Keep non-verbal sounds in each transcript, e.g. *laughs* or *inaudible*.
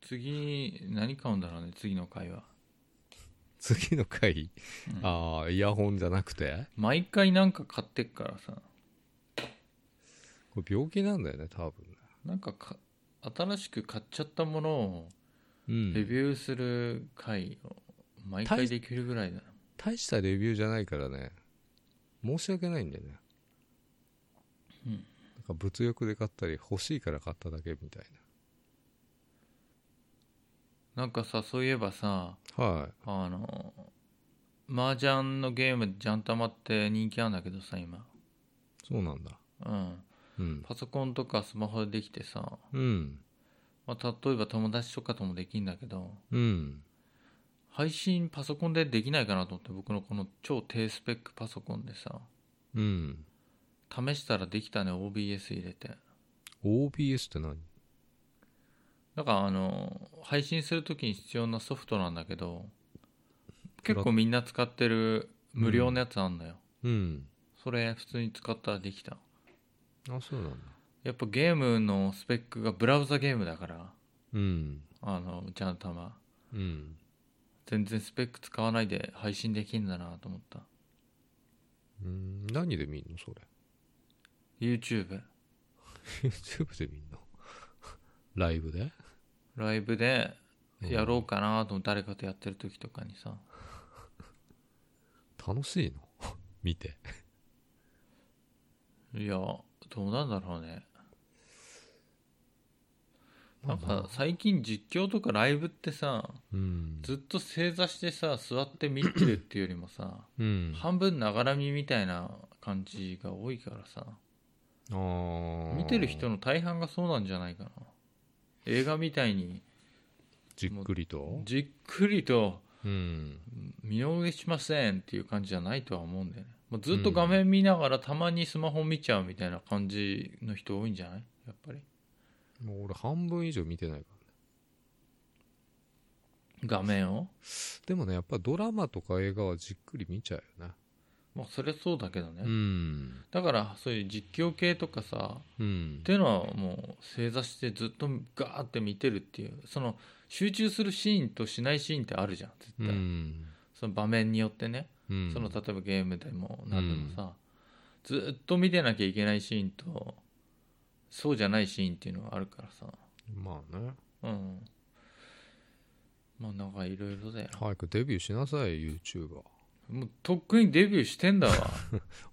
次、何買うんだろうね、次の回は。次の回、うんああイヤホンじゃなくて毎回なんか買ってっからさ、これ病気なんだよね多分なんかか新しく買っちゃったものをうレんビューする回を毎回できるぐらいだな。大したレビューじゃないからね申し訳ないんだよねうんなんか物欲で買ったり欲しいから買っただけみたいなんかさ、そういえばさ、なはいあの、麻雀のゲーム、ジャンタマって人気あるんだけどさ、今。そうなんだうん。うんパソコンとかスマホでできてさ、うんまあ、例えば友達とかともできんだけど、うん配信パソコンでできないかなと思って、僕のこの超低スペックパソコンでさ、うん試したらできたね、OBS 入れて。 OBS って何だから、あの、配信するときに必要なソフトなんだけど、結構みんな使ってる無料のやつあんのよ。うんそれ普通に使ったらできた。あそうなんだやっぱゲームのスペックがブラウザゲームだからうんあのジャンタマうん全然スペック使わないで配信できんだなと思ったうん何で見んのそれ YouTube YouTube で見んの *laughs* ライブでライブでやろうかなと思って誰かとやってる時とかにさ楽しいの *laughs* 見ていやどうなんだろうねなんまあまか最近実況とかライブってさうんずっと正座してさ座って見てるっていうよりもさうん半分ながら見みたいな感じが多いからさあー見てる人の大半がそうなんじゃないかな映画みたいにじっくりとじっくりとうん見逃しませんっていう感じじゃないとは思うんだよね、まあずっと画面見ながらたまにスマホ見ちゃうみたいな感じの人多いんじゃないやっぱりもう俺半分以上見てないから画面をでもねやっぱドラマとか映画はじっくり見ちゃうよねまあそれそうだけどね、うんだからそういう実況系とかさうんっていうのはもう正座してずっとガーって見てるっていうその集中するシーンとしないシーンってあるじゃん絶う対、んその場面によってねうんその例えばゲームでも何でもさ、ずっと見てなきゃいけないシーンとそうじゃないシーンっていうのがあるからさまあねうんまあなんかいろいろだよ早くデビューしなさい YouTuber もうとっくにデビューして *laughs* んだわ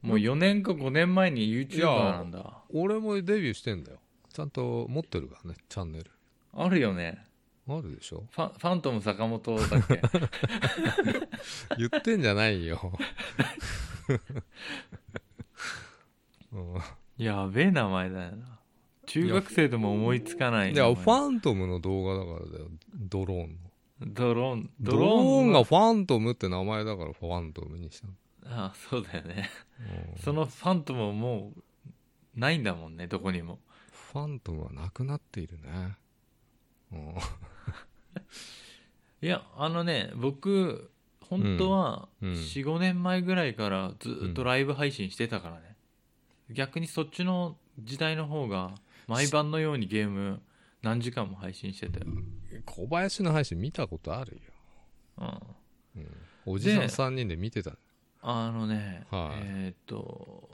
もう4年か5年前に YouTuber なんだ俺もデビューしてんだよちゃんと持ってるからねチャンネルあるよねある *laughs* でしょファンファントム坂本だっけ言ってんじゃない *laughs* ようんやべえ名前だよな中学生でも思いつかないいや、名フ前ァントムの動画だからだよ、ドローンの。ドローンドローンがファントムって名前だから、ファントムにしたの。ああそうだよねうんそのファントムももうないんだもんねどこにもファントムはなくなっているね。うんいやあのね僕本当はうんうん45、5年前ぐらいからずっとライブ配信してたからね、逆にそっちの時代の方が毎晩のようにゲーム何時間も配信してたよ、小林の配信見たことあるよ。うん、おじさんで3人で見てた。あのね、はいえーっと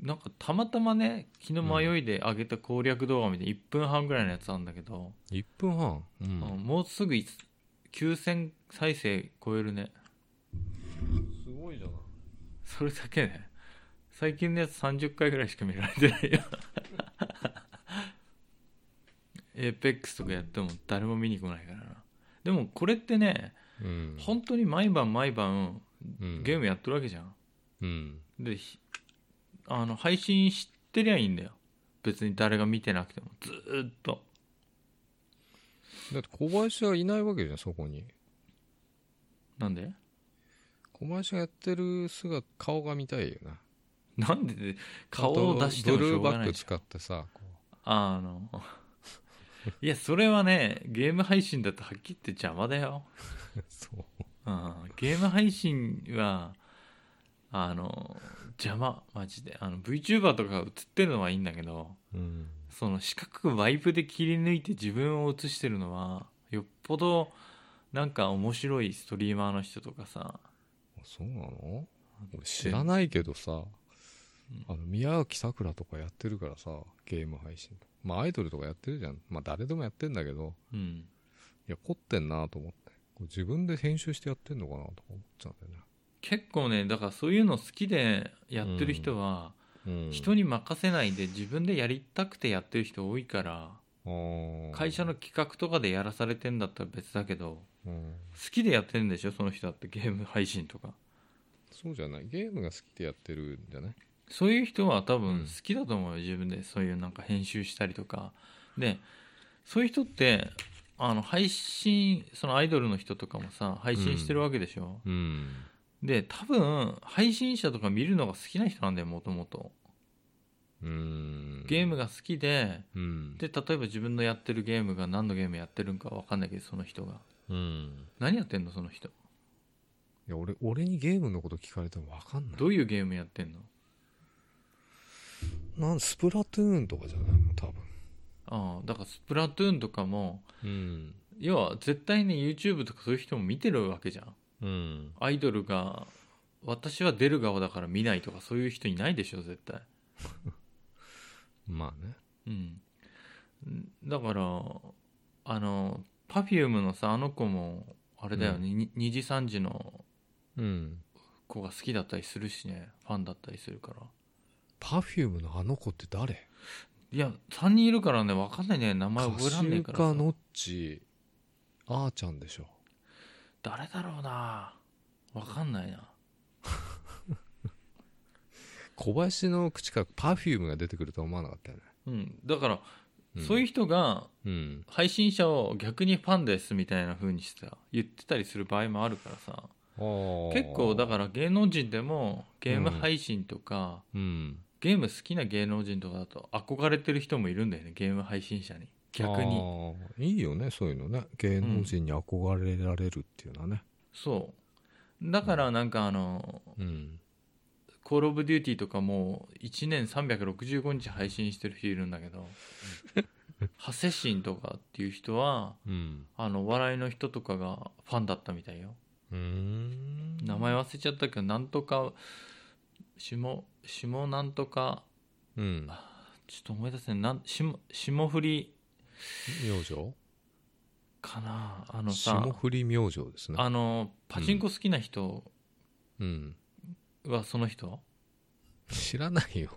なんかたまたまね気の迷いで上げた攻略動画見て1分半ぐらいのやつあるんだけど、 1分半。うあのん。もうすぐいつ9000再生超えるねすごいじゃない。それだけね最近のやつ30回ぐらいしか見られてないよ *laughs* エーペックスとかやっても誰も見に来ないからなでもこれってねうん。本当に毎晩毎晩うんゲームやってるわけじゃんうん。でひあの配信知ってりゃいいんだよ別に誰が見てなくてもずーっとだって小林はいないわけじゃん、そこに。なんで小林がやってる姿、顔が見たいよな。なんでで顔を出してもしブルょうーバがッないクじゃん使ってさ、こあの、 *laughs* いや、それはね、ゲーム配信だとはっきり言って邪魔だよ。う *laughs* そう。うん、ゲーム配信は、あの、邪魔、マジで。あの、VTuber とか映ってるのはいいんだけど、その四角くワイプで切り抜いて自分を映してるのはよっぽどなんか面白いストリーマーの人とかさそうなの俺知らないけどさ、あの宮脇さくらとかやってるからさゲーム配信とかまあアイドルとかやってるじゃんまあ誰でもやってんだけどうんいや凝ってんなと思ってこれ自分で編集してやってんのかなとか思っちゃうんだよ結構ねだからそういうの好きでやってる人は、ね、うん、人に任せないで自分でやりたくてやってる人多いからあー会社の、企画とかでやらされてんだったら別だけどうん、好きでやってるんでしょその人だってゲーム配信とかそうじゃないゲームが好きでやってるんじゃないそういう人は多うん分好きだと思うよ自分でそういうなんか編集したりとかでそういう人ってあの配信そのアイドルの人とかもさ配信してるわけでしょ、うんで多分配信者とか見るのが好きな人なんだよもともとうんゲームが好きでうんで例えば自分のやってるゲームが何のゲームやってるんか分かんないけどその人がうん何やってんのその人いや俺俺にゲームのこと聞かれても分かんないどういうゲームやってんのなんスプラトゥーンとかじゃないの多分ああだからスプラトゥーンとかもうん要は絶対ね YouTube とかそういう人も見てるわけじゃんうんアイドルが私は出る側だから見ないとかそういう人いないでしょ絶対まあねうんだからあの Perfume のさあの子もあれだよね、に2時3時のうん子が好きだったりするしねファンだったりするからパフュームのあの子って誰いや3人いるからね分かんないね名前カ覚えらシんねえウからカさノッチあーちゃんでしょ誰だろうな分かんないな小林の口からパフュームが出てくるとは思わなかったよね、うんだから、そういうう人がうん配信者を逆にファンですみたいな風にしてた言ってたりする場合もあるからさ結構だらから芸能人でもゲーム配信とか、うんゲーム好きな芸能人とかだと憧れてる人もいるんだよねゲーム配信者に逆にあーいいよねそういうのね芸能人に憧れられるっていうのはねそうだからなんかあのうん「コール・オブ・デューティー」とかもう1年365日配信してる人いるんだけ *laughs* どハセシンとかっていう人はうんあのお笑いの人とかがファンだったみたいようーん名前忘れちゃったけどなんとか下下なんとかうんちょっと思い出せないなん下霜降り明星かなあのさ霜降り明星ですねあのパチンコ好きな人うんはその人、知らないよ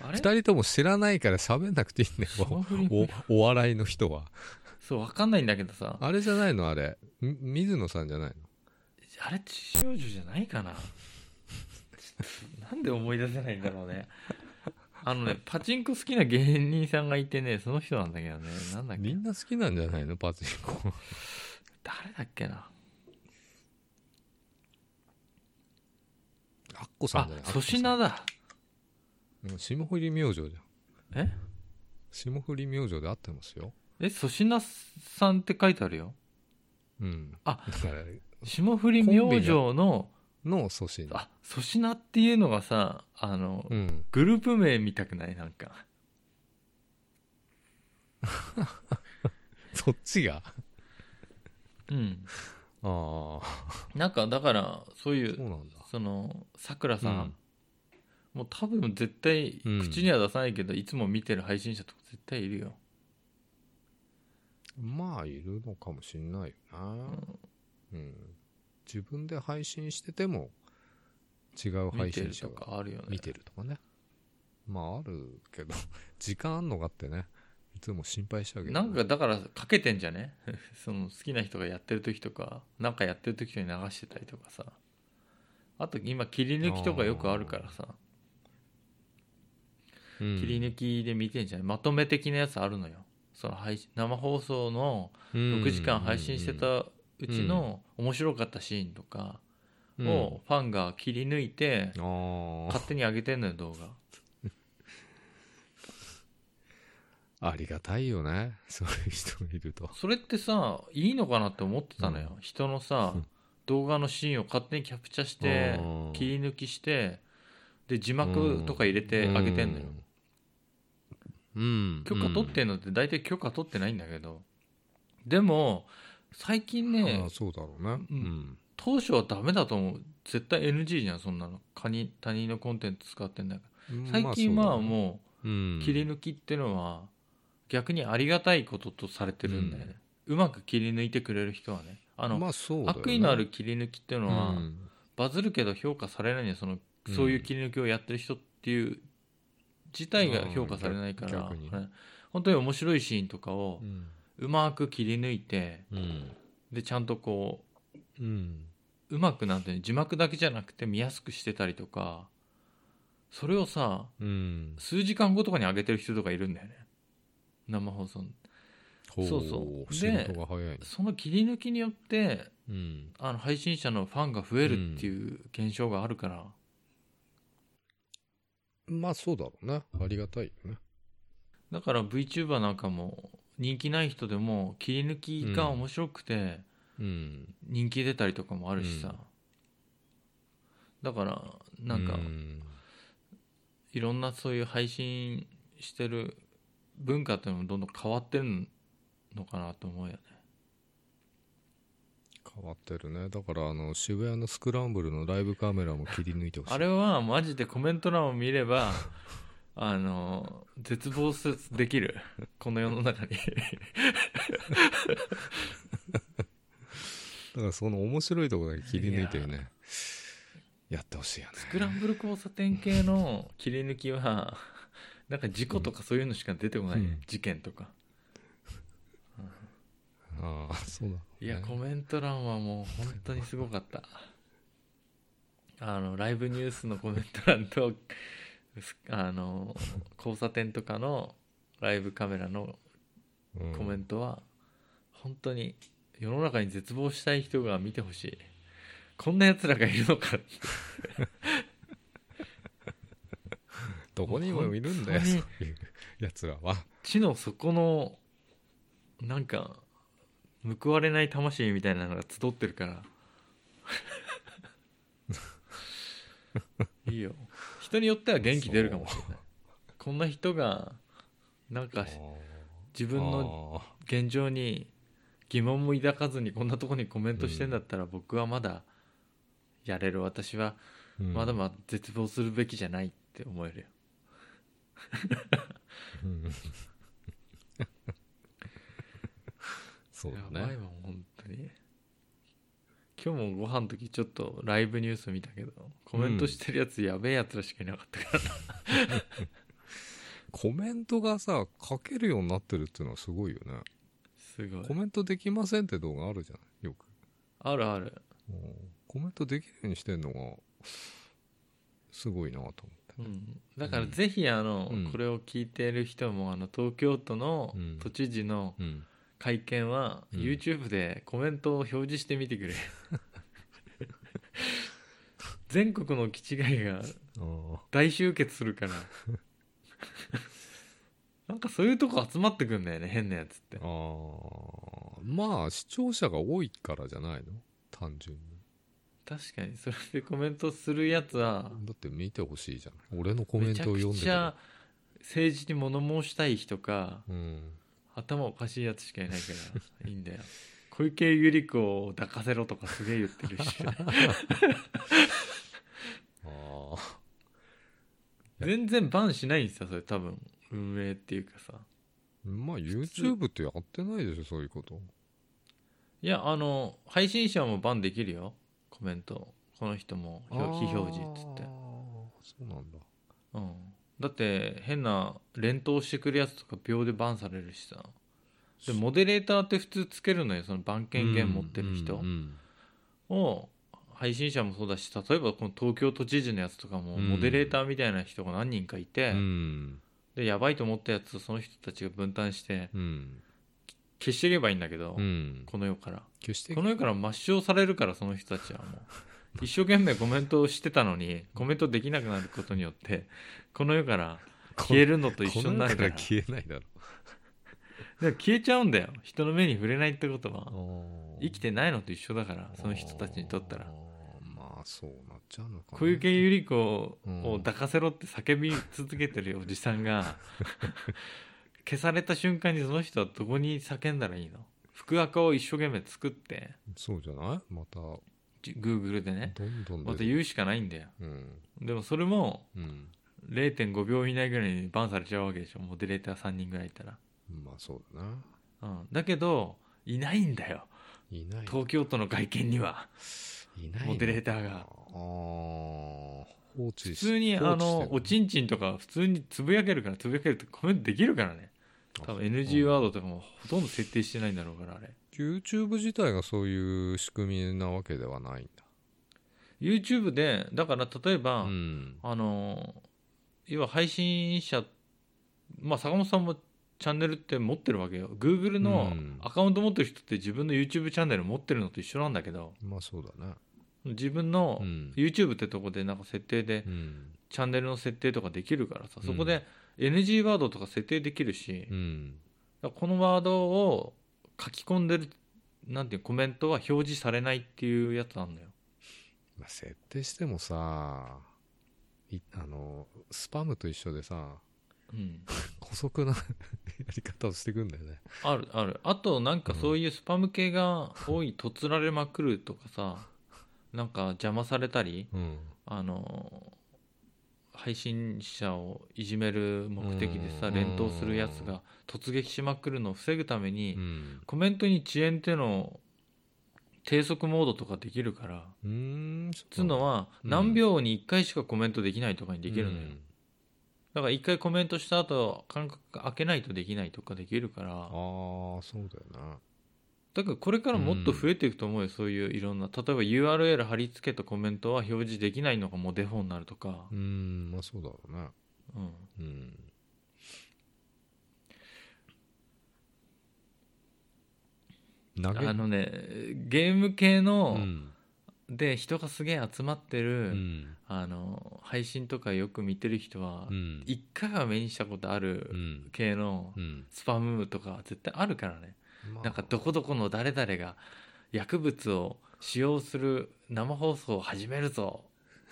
あ二れ人とも知らないから喋んなくていいんだよ霜降りおお笑いの人はそうわかんないんだけどさああれじゃないのあれみ水野さんじゃないのれって少女じゃないかななんで思い出せないんだろうねあのねパチンコ好きな芸人さんがいてねその人なんだけどねなんだっけみんな好きなんじゃないのパチンコ誰だっけなアッコさんあじゃない粗品だうん霜降り明星じゃんえ霜降り明星で合ってますよえ粗品さんって書いてあるようんあだから霜降り明星のの粗品あ粗品っていうのがさあの、うんグループ名見たくないなんかそっちがうんああなんかだからそういそううなんだそのさくらさうんん、もう多分絶対うん口には出さないけど、いつも見てる配信者とか絶対いるよまあいるのかもしんないよな、うん自分で配信してても違う見配て信る者とがかあるよね見てるとかねまああるけど時間あんのかってねいつも心配しちゃうけどなんかだからかけてんじゃね *laughs* その好きな人がやってる時とかなんかやってる時に流してたりとかさあと今切り抜きとかよくあるからさうん切り抜きで見てんじゃないまとめ的なやつあるのよその配信生放送の6時間配信してたうちの面白かったシーンとかうんをファンが切り抜いてうんあ勝手に上げてんのよ動画あありがたいよねそういう人がいるとそれってさいいのかなって思ってたのよ人のさうん動画のシーンを勝手にキャプチャしてうん切り抜きしてで字幕とか入れて上げてんのようんうん許可取ってんのって大体許可取ってないんだけど、でも最近うんねああそうだろうねううんん当初はダメだと思う絶対 NG じゃんそんなの他人他人のコンテンツ使ってんだかうんら最近まあうもう切り抜抜きってのは逆にありがたいこととされてるんだよね、うまく切り抜いてくれる人はねあの、まあそうだよね悪意のある切り抜きっていうのは、うんバズるけど評価されないねそのうんそういう切り抜きをやってる人っていう自体が評価されないから、うん逆逆ね本当に面白いシーンとかをうんうまく切り抜いてうんでちゃんとこうんううまくなんていうの字幕だけじゃなくて見やすくしてたりとかそれをさうん数時間後とかに上げてる人とかいるんだよね生放送のほそうそう仕事が早いねその切り抜きによってうんあの配信者のファンが増えるっていう現象があるから、まあそうだろうねありがたいよねだから VTuber なんかも人気ない人でも切り抜きが面白くてうん人気出たりとかもあるしさ、うんだからなんかうんいろんなそういう配信してる文化っていうのもどんどん変わってるのかなと思うよね変わってるねだからあの渋谷のスクランブルのライブカメラも切り抜いてほし *laughs* いあれはマジでコメント欄を見ればあの絶望す *laughs* できるこの世の中にだからその面白いとこだけ切り抜いてねやってほし *laughs* いよねスクランブル交差点系の切り抜きは *laughs* なんか事故とかそういうのしか出てこない、うん事件とかああそうだ、ね、いや、コこメント欄はもう本当にすごかった。あの、ライブニュースのコメント欄と、 *laughs* すあの、交差点とかのライブカメラのコメンントは、本当に世の中に絶望したい人が見てほしい。こんな奴らがいるのか。どこにもいるんだよ本そ当うにいうやつらは地の底の、なんか、報われない魂みたいなのが集ってるから。いいよ。人によっては元気出るかもしれない。こんな人が、なんか自分のの現状に疑問も抱かずにこんなとこにコメントしてんだったら僕はまだやれる。私はまだまだ絶望するべきじゃないって思えるよ。 *laughs* そうだやばいねわ本当に今日もご飯の時ちょっとライブニュース見たけどコメントしてるやつやべえやつらしかいなかったから、コメントがさ書けるようになってるっていうのはすごいよねすごコいメントできませんって動画あるじゃないよくあるあるうんコメントできるようにしてんのがすごいなと思ってうん、だからぜひあの、うんこれを聞いてる人もあの東京都のうん都知事のうん会見は、うん YouTube でコメントを表示してみてくれ全国の気違いがああ大集結する *laughs* からなんかそういうとこ集まってくんだよね変なやつってあーまあ視聴者が多いからじゃないの単純に確かにそれでコメントするやつはだって見てほしいじゃん俺のコメめンちゃトをく読んでくちれゃ政治に物申したい人かうん頭おかしいやつしかいないからいいんだよ *laughs* 小池百合子を抱かせろとかすげえ言ってる *laughs* しああ全然バンしないんですよそれ多分運営っていうかさまあ通 YouTube ってやってないでしょそういうこといやあの配信者もバンできるよコメントこの人も非非表示っつってあーそうなんだうんだって変な連投してくるやつとか秒でバンされるしさでモデレーターって普通つけるのよその番犬権持ってる人うんうんを配信者もそうだし例えばこの東京都知事のやつとかもうんモデレーターみたいな人が何人かいて、うんでやばいと思ったやつをその人たちが分担してうん消していけばいいんだけど、うんこの世から決してこの世から抹消されるからその人たちはも *laughs* う一生懸命コメントをしてたのにコメントできなくなることによってこの世から消えるのと一緒になるからこの世ら消えないだろでも消えちゃうんだよ人の目に触れないってことはあー生きてないのと一緒だからその人たちにとったらあーまああそうなっちゃうのかな小池百合子うをん抱かせろって叫び続けてるおじさんが消された瞬間にその人はどこに叫んだらいいの福岡を一生懸命作ってそうじゃないまたどじ Google でねんどんまた出て言うしかないんだようんでもそれもうん0.5秒以内ぐらいにバンされちゃうわけでしょモデレーター3人ぐらいいたら、まあそうだなうん、だけどいないんだよいない東京都の外見にはいないモデレータターがああ放置普通にあのおちんちんとか普通につぶやけるからつぶやけるってコメントできるからね多分 NG ワードドとかもほとんど設定してないんだろうからあれ YouTube 自体がそういう仕組みなわけではないんだ YouTube でだから例えば、うんあの要は配信者まあ坂本さんもチャンネルって持ってるわけよ Google のうんアカウント持ってる人って自分の YouTube チャンネル持ってるのと一緒なんだけどまあそうだね自分のうん YouTube ってとこでなんか設定でうんチャンネルの設定とかできるからさうんそこで NG ワードとか設定できるし、うんだからこのワードを書き込んでるなんていうコメントは表示されないっていうやつなんだよまあ設定してもさいあのスパムと一緒でさうん、古速な *laughs* やり方をしてくんだよねあるあるあとなんかそういうスパム系が多いとつられまくるとかさなんか邪魔されたりうんあの配信者をいじめる目的でさうん連投するやつが突撃しまくるのを防ぐためにうんコメントに遅延っていうのを低速モードとかできるからうーんつうのははうん何秒に1回しかコメントできないとかにできるのよ、だから1回コメントした後間隔空けないとできないとかできるからああそうだよなだからこれからもっと増えていくと思うよ、そういういろんな例えば URL 貼り付けたコメントは表示できないのがもうデフォになるとかう、んまあそうだろうねうんうん投げあのねゲーム系うの、んで人がすげえ集まってうる、んあの配信とかよく見てる人は、うん一回は目にしたことあうるん系のうんスパムとか絶対あるからね、まあなんかどこどこの誰々が薬物を使用する生放送を始めるぞ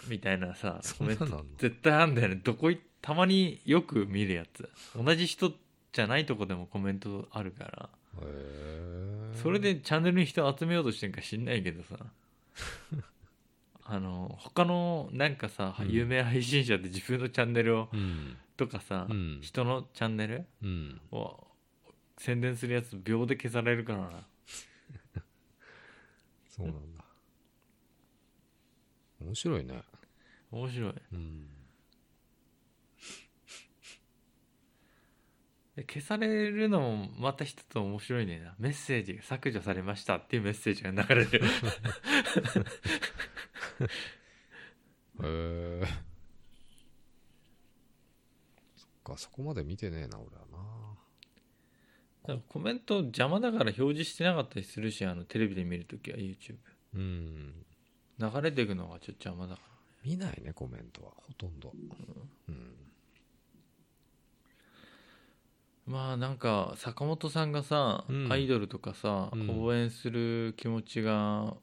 みたいなさ *laughs* そコんなメンのトあんの絶対あんだよねどこいたまによく見るやつ同じ人じゃないとこでもコメントあるからへえそれでチャンネルに人集めようとしてんか知んないけどさあの他のなんかさ、うん有名配信者って自分のチャンネルをうんとかさ、うん人のチャンネルうんを宣伝するやつ秒で消されるからなそうなんだ面白いね面白いうんで消されるのもまた一つ面白いねんなメッセージが削除されましたっていうメッセージが流れ *laughs* るへえ *laughs* そっかそこまで見てねえな俺はなだからコメント邪魔だから表示してなかったりするしあのテレビで見るときは YouTube うん流れていくのがちょっと邪魔だか見ないねコメントはほとんどうんらまあなんか坂本さんがさ、うんアイドルとかさ、うん応援する気持ちが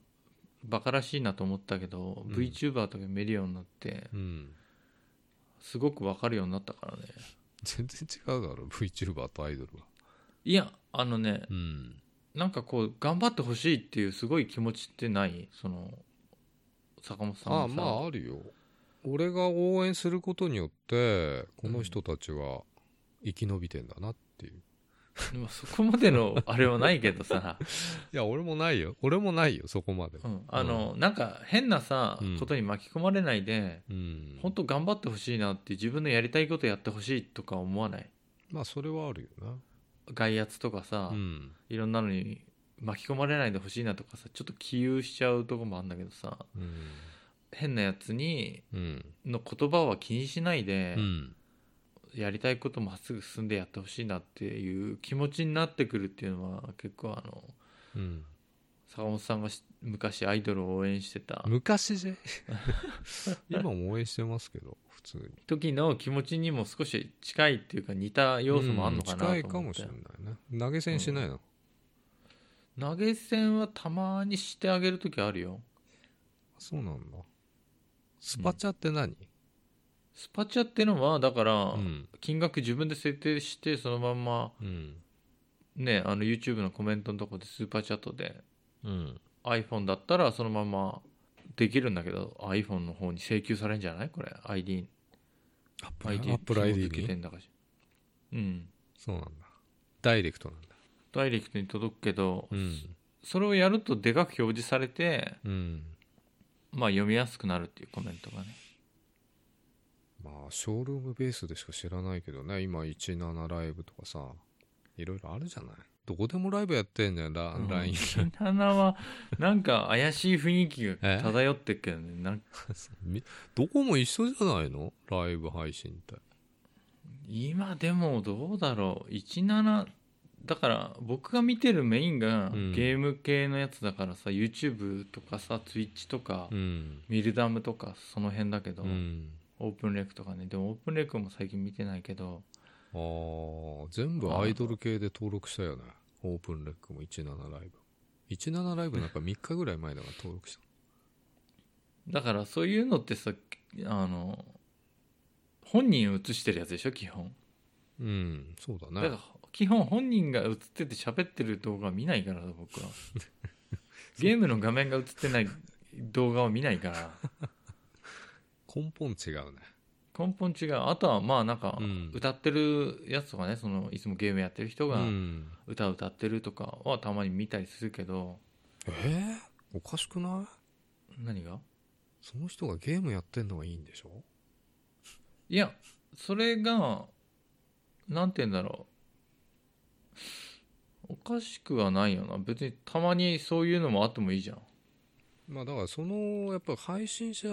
バカらしいなと思ったけど、うん VTuber とか見るようになってうんすごくわかるようになったからね全然違うだろ VTuber とアイドルはいやあのね、うんなんかこう頑張ってほしいっていうすごい気持ちってないその坂本さんああもまさああるよ俺が応援することによってこの人たちは生き延びてんだなっていう、でもそこまでのあれはないけど *laughs* さ、いや俺もないよ俺もないよそこまでうん、あの、なんか変なさ、うんことに巻き込まれないでうん本当頑張ってほしいなって自分のやりたいことやってほしいとか思わないまあそれはあるよな外圧とかさ、うんいろんなのに巻き込まれないでほしいなとかさちょっと気憂しちゃうとこもあるんだけどさうん変なやつにうんの言葉は気にしないで、うんやりたいことまっすぐ進んでやってほしいなっていう気持ちになってくるっていうのは結構あのうん坂本さんがし昔アイドルを応援してた昔じゃ今も応援してますけど普通に時の気持ちにも少し近いっていうか似た要素もあるのかなと思って、うん近いかもしれないね投げ銭しないの、投げ銭はたまにしてあげる時あるよそうなんだスパチャって何スパチャってのはだからうん金額自分で設定してそのまんまうんねあの YouTube のコメントのとこでスーパーチャットでうん iPhone だったらそのままできるんだけど iPhone の方に請求されるんじゃないこれ ID アップ ID アップル ID 紐付けてにんだからうんそうなんだダイレクトなんだダイレクトに届くけど、うんそれをやるとでかく表示されてうんまあ読みやすくなるっていうコメントがねまあショールームベースでしか知らないけどね今17ライブとかさいろいろあるじゃないどこでもライブやってんじゃんラ LINE、 17はなんか怪しい雰囲気がえ漂ってっけどねなんかみどこも一緒じゃないのライブ配信って今でもどうだろう17だから僕が見てるメインがうんゲーム系のやつだからさ、YouTube とかさ Twitch とか、うんミルダムとかその辺だけど、うんオープンレックとかねでもオープンレックも最近見てないけどあー全部アイドル系で登録したよねオープンレックも17ライブ17ライブなんか3日ぐらい前だから登録しただからそういうのってさあの本人映してるやつでしょ基本うんそうだだかねら基本本人が映ってて喋ってる動画見ないからさ僕 *laughs* はゲームの画面が映ってない動画を見ない *laughs* から根本違うね根本違うあとはまあなんかうん歌ってるやつとかねそのいつもゲームやってる人うがん歌歌ってるとかはたまに見たりするけど、えー、おかしくない何がその人がゲームやってんのがいいんでしょいやそれがなんて言うんだろうおかしくはないよな別にたまにそういうのもあってもいいじゃんまあだからそのやっぱ配信者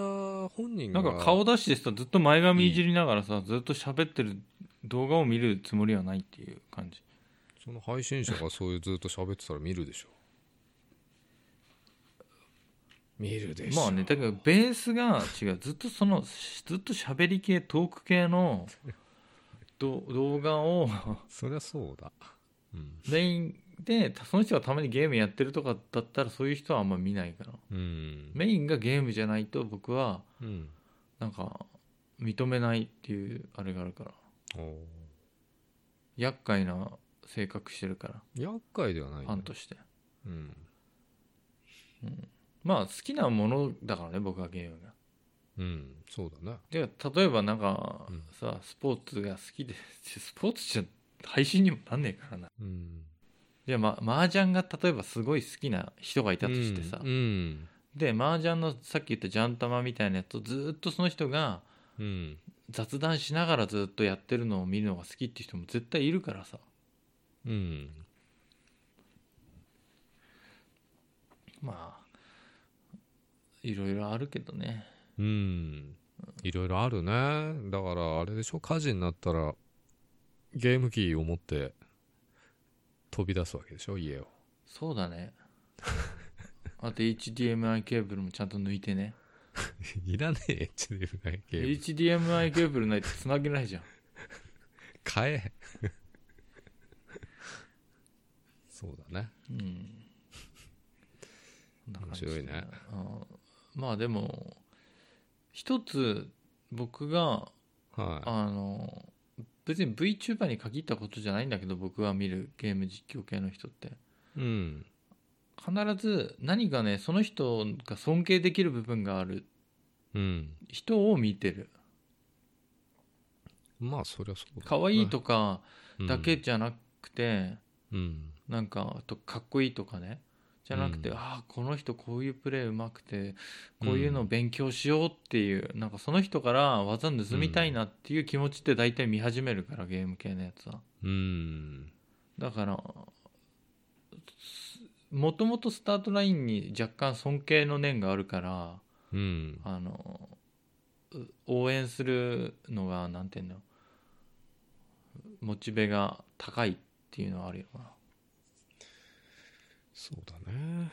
本人ながんか顔出してさずっと前髪いじりながらさ、ずっと喋ってる動画を見るつもりはないっていう感じその配信者がそういうずっと喋ってたら見るでしょ見るでしょまあねだけどベースが違うずっとそのずっと喋り系トーク系のど動画をそりゃそうだうんメインでその人がたまにゲームやってるとかだったらそういう人はあんま見ないからうんメインがゲームじゃないと僕はうんなんか認めないっていうあれがあるからおー厄介な性格してるから厄介ではないフねァンとしてうんまあ好きなものだからね僕はゲームがうんそうだねで例えばなんかうんさスポーツが好きで *laughs* スポーツじゃ配信にもなんねえからなうんじゃあ、ま、麻雀が例えばすごい好きな人がいたとしてさ、うんで麻雀のさっき言ったジャン玉みたいなやつをずーっとその人がうん雑談しながらずーっとやってるのを見るのが好きっていう人も絶対いるからさうんまあいろいろあるけどねうんいろいろあるねだからあれでしょ火事になったらゲーム機を持って飛び出すわけでしょ家を *laughs* そうだねあと HDMI ケーブルもちゃんと抜いてねいらねえ HDMI ケーブル HDMI ケーブルないとつなげないじゃん買え *laughs* そうだねうんこんな感じです面白いねうんまあでも一つ僕がはあの別に VTuber に限ったことじゃないんだけど僕が見るゲーム実況系の人っていうん必ず何かねその人が尊敬できる部分があるうん人を見てるまあそりゃそうだ可愛いとかうんだけじゃなくて、うんなんかとかっこいいとかねじゃなくて、うんああこの人こういうプレーうまくてこういうのを勉強しようっていう、なんかその人から技盗みたいなっていう気持ちって大体見始めるからゲーム系のやつはうんだからすもともとスタートラインに若干尊敬の念があるからうんあのう応援するのがなんていうのモチベが高いっていうのはあるよなそうだね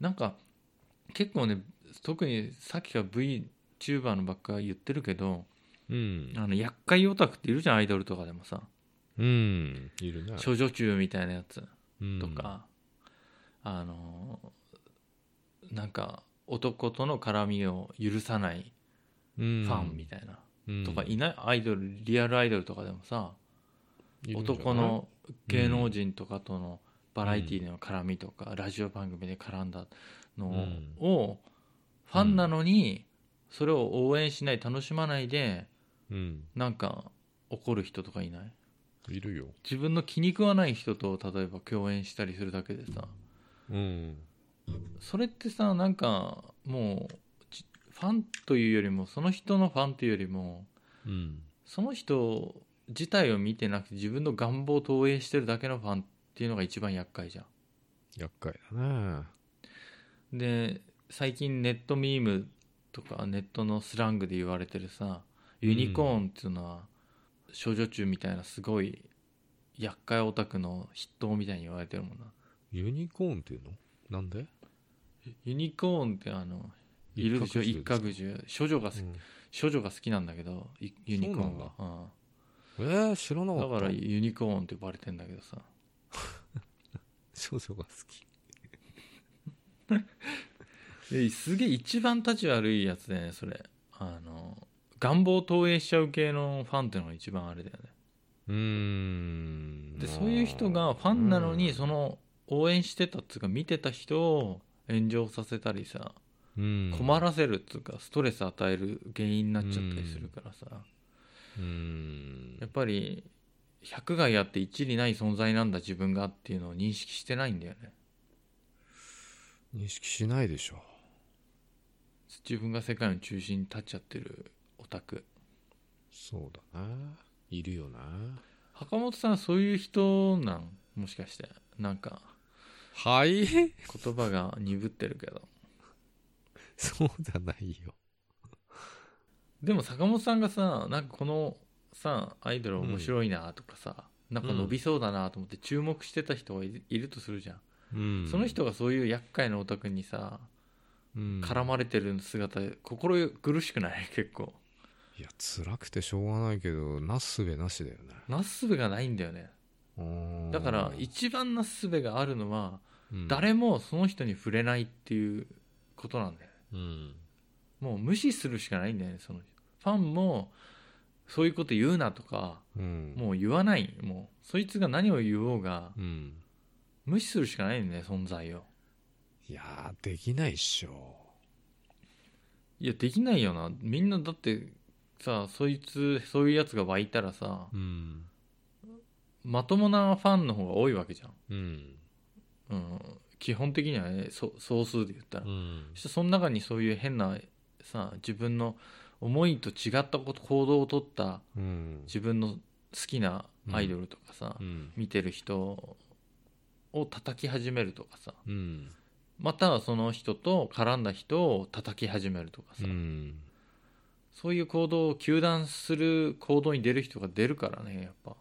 なんか結構ね特にさっきから VTuber のばっか言ってるけどうんあの厄介オタクっているじゃんアイドルとかでもさうんいるね少女中みたいなやつうんとか、あのーなんか男との絡みを許さないフファンみたいな、とかいないアイドルリアルアイドルとかでもさ男の芸能人とかとのバラエティーでの絡みとか、ラジオ番組で絡んだのうんを、ファンなのにそれを応援しない楽しまないでうんなんか怒る人とかいないいるよ自分の気に食わない人と例えば共演したりするだけでさうんそれってさなんかもうちファンというよりもその人のファンというよりもうんその人自体を見てなくて自分の願望を投影してるだけのファンっていうのが一番厄介じゃ厄介だねん。で最近ネットミームとかネットのスラングで言われてるさユニコーンっていうのは少女中みたいなすごい厄介オタクの筆頭みたいに言われてるもんな。ユニコーンっていうのなんでユニコーンってあのいるでしょ一角獣処女が好き、うん処女が好きなんだけどいユニコーンはうえー、知らなんかだったからユニコーンって呼ばれてんだけどさ少女が好きですげえ一番立ち悪いやつだよねそれあの願望を投影しちゃう系のファンってのが一番あれだよねうーんでそういう人がファンなのにその応援してたっつうか見てた人を炎上させたりさうん困らせるっつうかストレス与える原因になっちゃったりするからさ、うんやっぱり100害あって一理ない存在なんだ自分がっていうのを認識してないんだよね認識しないでしょ自分が世界の中心に立っちゃってるオタクそうだないるよな坂本さんはそういう人なんもしかしてなんかはい *laughs* 言葉が鈍ってるけどそうじゃないよでも坂本さんがさなんかこのさアイドル面白いなとかさ、なんか伸びそうだなと思って注目してた人がいいるとするじゃん、うんその人がそういう厄介なオタクにさ絡絡まれてる姿心苦しくない *laughs* 結構いや辛くてしょうがないけどなすすべなしだよねなすすべがないんだよねうーんだから一番なすすべがあるのはうん誰もその人に触れないっていうことなんだよねうんもう無視するしかないんだよねそのファンもそういうこと言うなとかうんもう言わないもうそいつが何を言おうがうん無視するしかないんだよね存在をいやーできないっしょいやできないよなみんなだってさそいつそういうやつが湧いたらさうんまともなファンの方が多いわけじゃん、うんうん、基本的にはねそ総数で言ったらうんそしてその中にそういう変なさ自分の思いと違ったこと行動をとったうん自分の好きなアイドルとかさ、うん見てる人を叩き始めるとかさうんまたはその人と絡んだ人を叩き始めるとかさ、うんそういう行動を糾弾する行動に出る人が出るからねやっぱ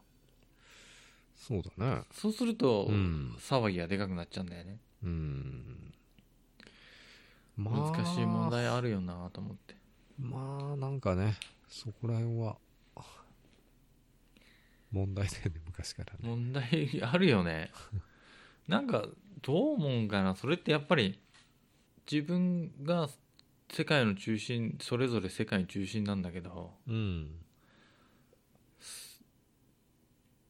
そうだねそうすると、うん騒ぎがでかくなっちゃうんだよねうんまあ難しい問題あるよなと思ってまあなんかねそこら辺は問題だよね昔からね問題あるよね *laughs* なんかどう思うんかなそれってやっぱり自分が世界の中心それぞれ世界の中心なんだけどうん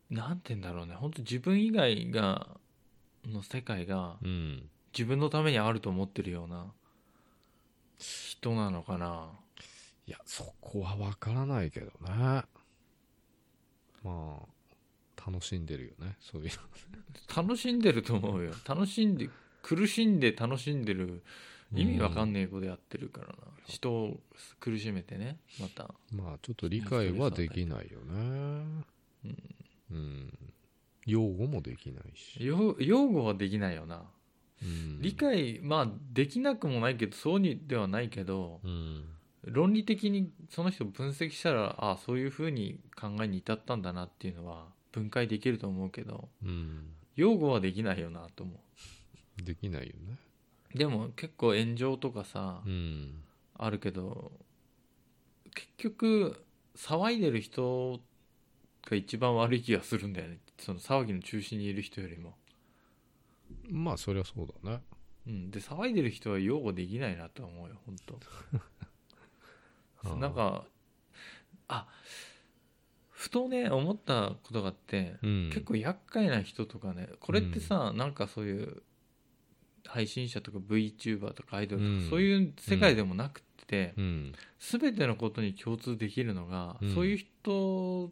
なんて言うんだろうね本当自分以外がの世界がうん自分のためにあると思ってるような人なのかないやそこは分からないけどねまあ楽しんでるよねそういう楽しんでると思うよ楽しんで苦しんで楽しんでる意味わかんねえことやってるからな、人を苦しめてねまたまあちょっと理解はできないよねうん用語もできないし、よ擁護はできないよなうん理解まあできなくもないけどそうにではないけどうん論理的にその人を分析したらああそういうふうに考えに至ったんだなっていうのは分解できると思うけどうん擁護はできないよなと思できないよねうでも結構炎上とかさ、うんあるけど結局騒いでる人が一番悪い気がするんだよねその騒ぎの中心にいる人よりもまあそりゃそうだねうん、で騒いでる人は擁護できないなとは思うよ本 *laughs* あ当ーなんかあふとね思ったことがあって、うん結構厄介な人とかねこれってさ、なんかそういう配信者とか VTuber とかアイドルとか、うんそういう世界でもなくて、うん全てのことに共通できるのが、うんそういう人っ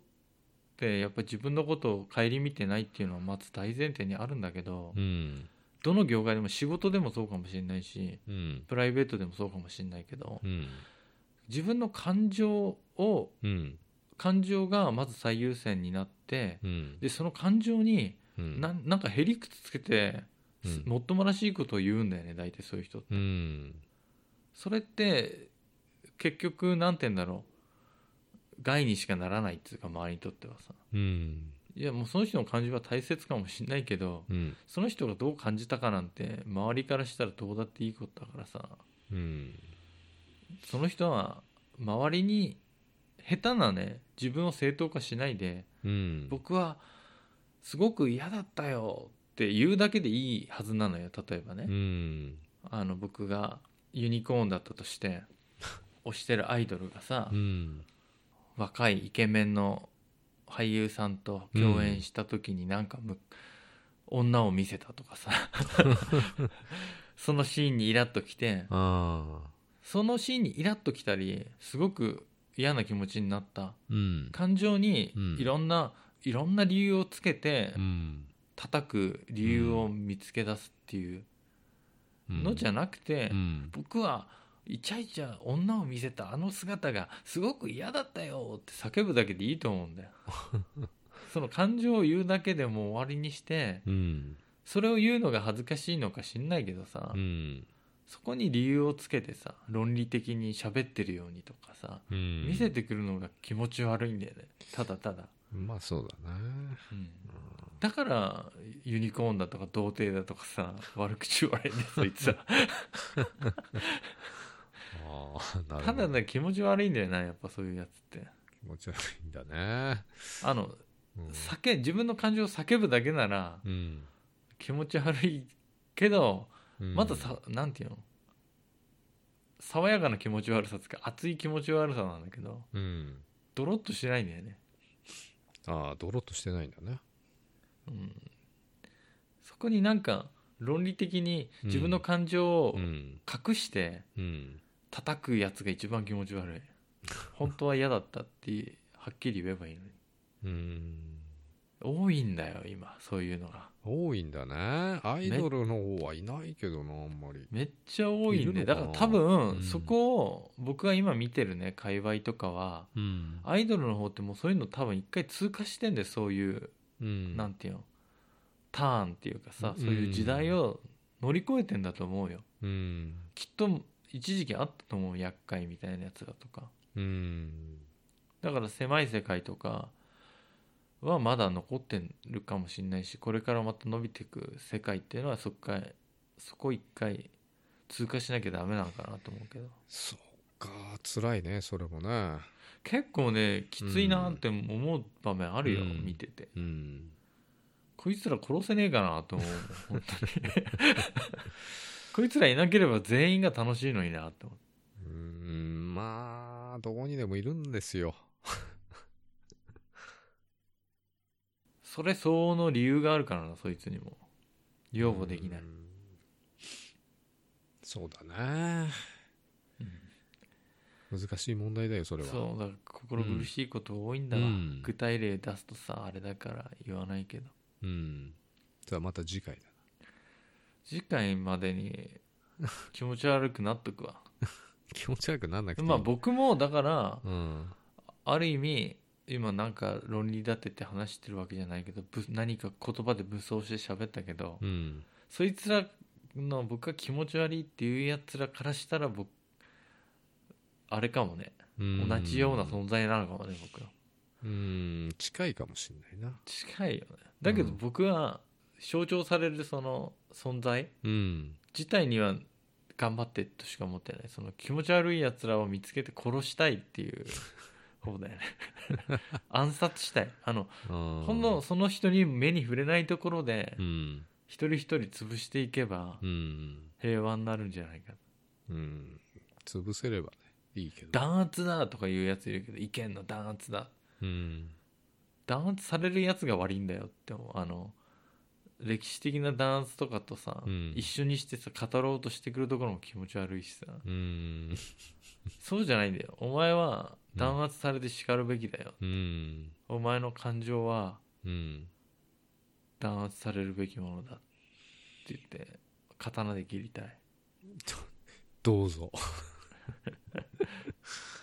てやっぱ自分のことを顧みてないっていうのはまず大前提にあるんだけど、うんどの業界でも仕事でもそうかもしれないしうんプライベートでもそうかもしれないけどうん自分の感情をうん感情がまず最優先になってうんでその感情にうんななんかへりくつつけて、うんもっともらしいことを言うんだよね大体そういう人ってうんそれって結局何て言うんだろう害にしかならないっていうか周りにとってはさうんいやもうその人の感情は大切かもしれないけどうんその人がどう感じたかなんて周りからしたらどうだっていいことだからさうんその人は周りに下手なね自分を正当化しないでうん僕はすごく嫌だったよって言うだけでいいはずなのよ例えばね、うんあの僕がユニコーンだったとして推してるアイドルがさ、うん若いイケメンの俳優さんと共演した時になんかむ、女を見せたとかさそのシーンにイラッときてああそのシーンにイラッときたりすごく嫌な気持ちになったうん感情にうんいろんな、いろんな理由をつけてうん叩く理由を見つけ出すっていうのじゃなくて、うん僕はイチャイチャ女を見せたあの姿がすごく嫌だったよって叫ぶだけでいいと思うんだよ *laughs* その感情を言うだけでもう終わりにしてうんそれを言うのが恥ずかしいのか知んないけどさ、うんそこに理由をつけてさ論理的に喋ってるようにとかさうん見せてくるのが気持ち悪いんだよねただただ、まあそうだねうんだからユニコーンだとか童貞だとかさ悪口言われてそいつはあ *laughs* あなるただほどね気持ち悪いんだよなやっぱそういうやつって気持ち悪いんだねあのうん叫自分の感情を叫ぶだけならうん気持ち悪いけど、うんまたさなんていうの爽やかな気持ち悪さつか熱い気持ち悪さなんだけどうんドロッとしないんだよね、ああドロッとしてないんだねうん、そこになんか論理的に自分の感情をうん隠してうん叩くやつが一番気持ち悪い本当は嫌だったってはっきり言えばいいのにうん多いんだよ今そういうのが多いんだねアイドルの方はいないけどなあんまりめっちゃ多いんでいるのかだなから多分、うんそこを僕が今見てるね界隈とかはうんアイドルの方ってもうそういうの多分一回通過してんでそういう、うんなんていうのターンっていうかさうんそういう時代を乗り越えてんだと思うようんきっと一時期あったと思う厄介みたいなやつだとかうんだから狭い世界とかはまだ残ってるかもしれないしこれからまた伸びていく世界っていうのはそっかそこ一回通過しなきゃダメなのかなと思うけどそっか辛いねそれもね結構ねきついなって思う場面あるよ、うん見ててうんこいつら殺せねえかなと思う *laughs* 本当にこいつらいなければ全員が楽しいのになって思ううんまあどこにでもいるんですよそれ相応の理由があるからなそいつにも擁護できない、うんそうだね難しい問題だよそれはそうだから心苦しいこと多いんだわ、うん具体例出すとさあれだから言わないけどうんじゃあまた次回だ次回までに気持ち悪くなっと *laughs* くわ気持ち悪くなんなくていいまあ僕もだからうんある意味今なんか論理立てて話してるわけじゃないけどぶ何か言葉で武装して喋ったけど、うんそいつらの僕が気持ち悪いっていうやつらからしたら僕あれかもねうん同じような存在なのかもね僕はうん近いかもしれないな近いよねだけどうん僕は象徴されるその存在うん自体には頑張ってとしか思ってないその気持ち悪いやつらを見つけて殺したいっていう方だよね暗殺したいあのほほんのその人に目に触れないところでうん一人一人潰していけばうん。平和になるんじゃないかうん。潰せればね、いいけど。弾圧だとか言うやついるけど意見の弾圧だうん。弾圧されるやつが悪いんだよって思うあの歴史的な弾圧とかとさ、うん一緒にしてさ語ろうとしてくるところも気持ち悪いしさうん。そうじゃないんだよお前は弾圧されて叱るべきだよ、うん。お前の感情はうん。弾圧されるべきものだって言って刀で切りたいどうぞ。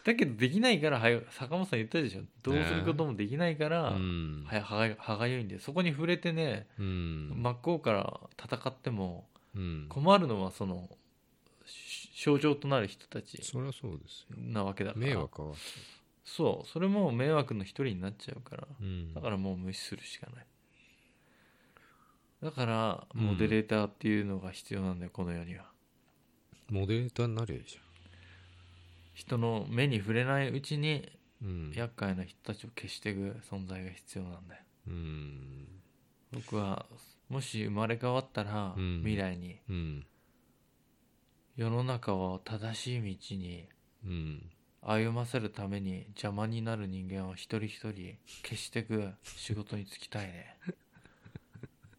だけどできないからはよ坂本さん言ったでしょどうすることもできないから、うん。はや歯が歯がゆいんでそこに触れてねうん。真っ向から戦ってもうん。困るのはそのし象徴となる人たちそりゃそうですよ。なわけだから迷惑は。そうそれも迷惑の一人になっちゃうからうんだ。からもう無視するしかないだからモデレーターっていうのが必要なんだよこの世にはモデレーターになれじ人の目に触れないうちにゃん。うん。厄介な人たちを消していく存在が必要なんだようん。僕はもし生まれ変わったらうん未来にうん。世の中を正しい道にうん。歩ませるために邪魔になる人間を一人一人消していく仕事に就きたいね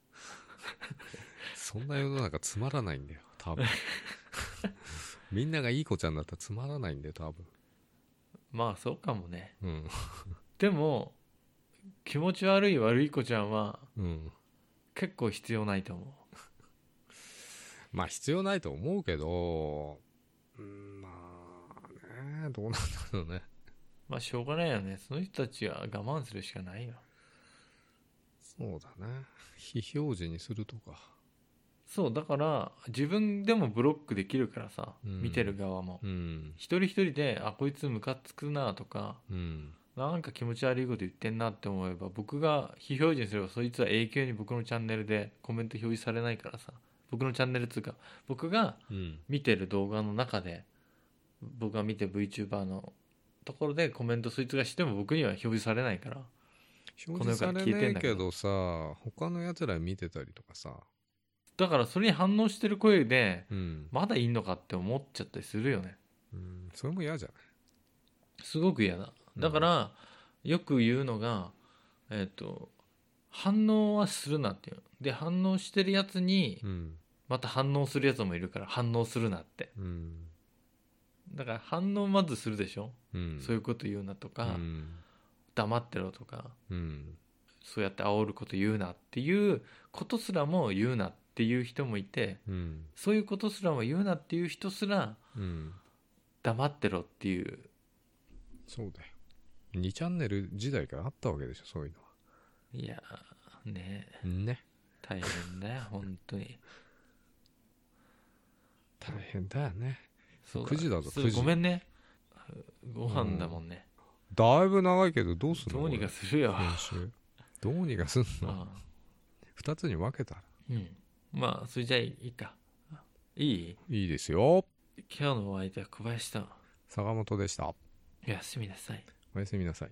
*laughs* そんな世の中つまらないんだよ、多 *laughs* 分。みんながいい子ちゃんだったらつまらないんだよ、多分。まあそうかもねうん。でも気持ち悪い悪い子ちゃんはうん。結構必要ないと思うまあ必要ないと思うけど、うん、まあね、どうなんだろうね。まあしょうがないよねその人たちは我慢するしかないよそうだね。非表示にするとか。そうだから自分でもブロックできるからさ、うん見てる側もうん。一人一人であこいつムカつくなとかうん。なんか気持ち悪いこと言ってんなって思えば僕が非表示にすればそいつは永久に僕のチャンネルでコメント表示されないからさ僕のチャンネルっつうか僕がうん。見てる動画の中で僕が見て VTuber のところでコメントそいつがしても僕には表示されないから表示されこの世から消えてなんいだけけどどさ、他の奴ら見てたりとかさ。だからそれに反応してる声でうん。まだいいのかって思っちゃったりするよねうん、それも嫌じゃないすごく嫌だだから、よく言うのがえっ、と反応はするなっていうで反応してるやつにうん。また反応するやつもいるから反応するなってうん。だから反応まずするでしょ、うん。そういうこと言うなとか、うん。黙ってろとかうん。そうやって煽ること言うなっていうことすらも言うなっていう人もいてうん。そういうことすらも言うなっていう人すらうん。黙ってろっていうそうだよ。2チャンネル時代からあったわけでしょ、そういうのいやーねは。ね。大変 *laughs* だよ本当に大変だよね。そう9時だぞそう9時ごめんねご飯だもんね、だいぶ長いけど、どうすんのどうにかするよこれ編集どうにかすんのああ二つに分けたら。うんまあそれじゃあいいかいいいいですよ。今日のお相手は小林さん坂本でした。おやすみなさいおやすみなさい。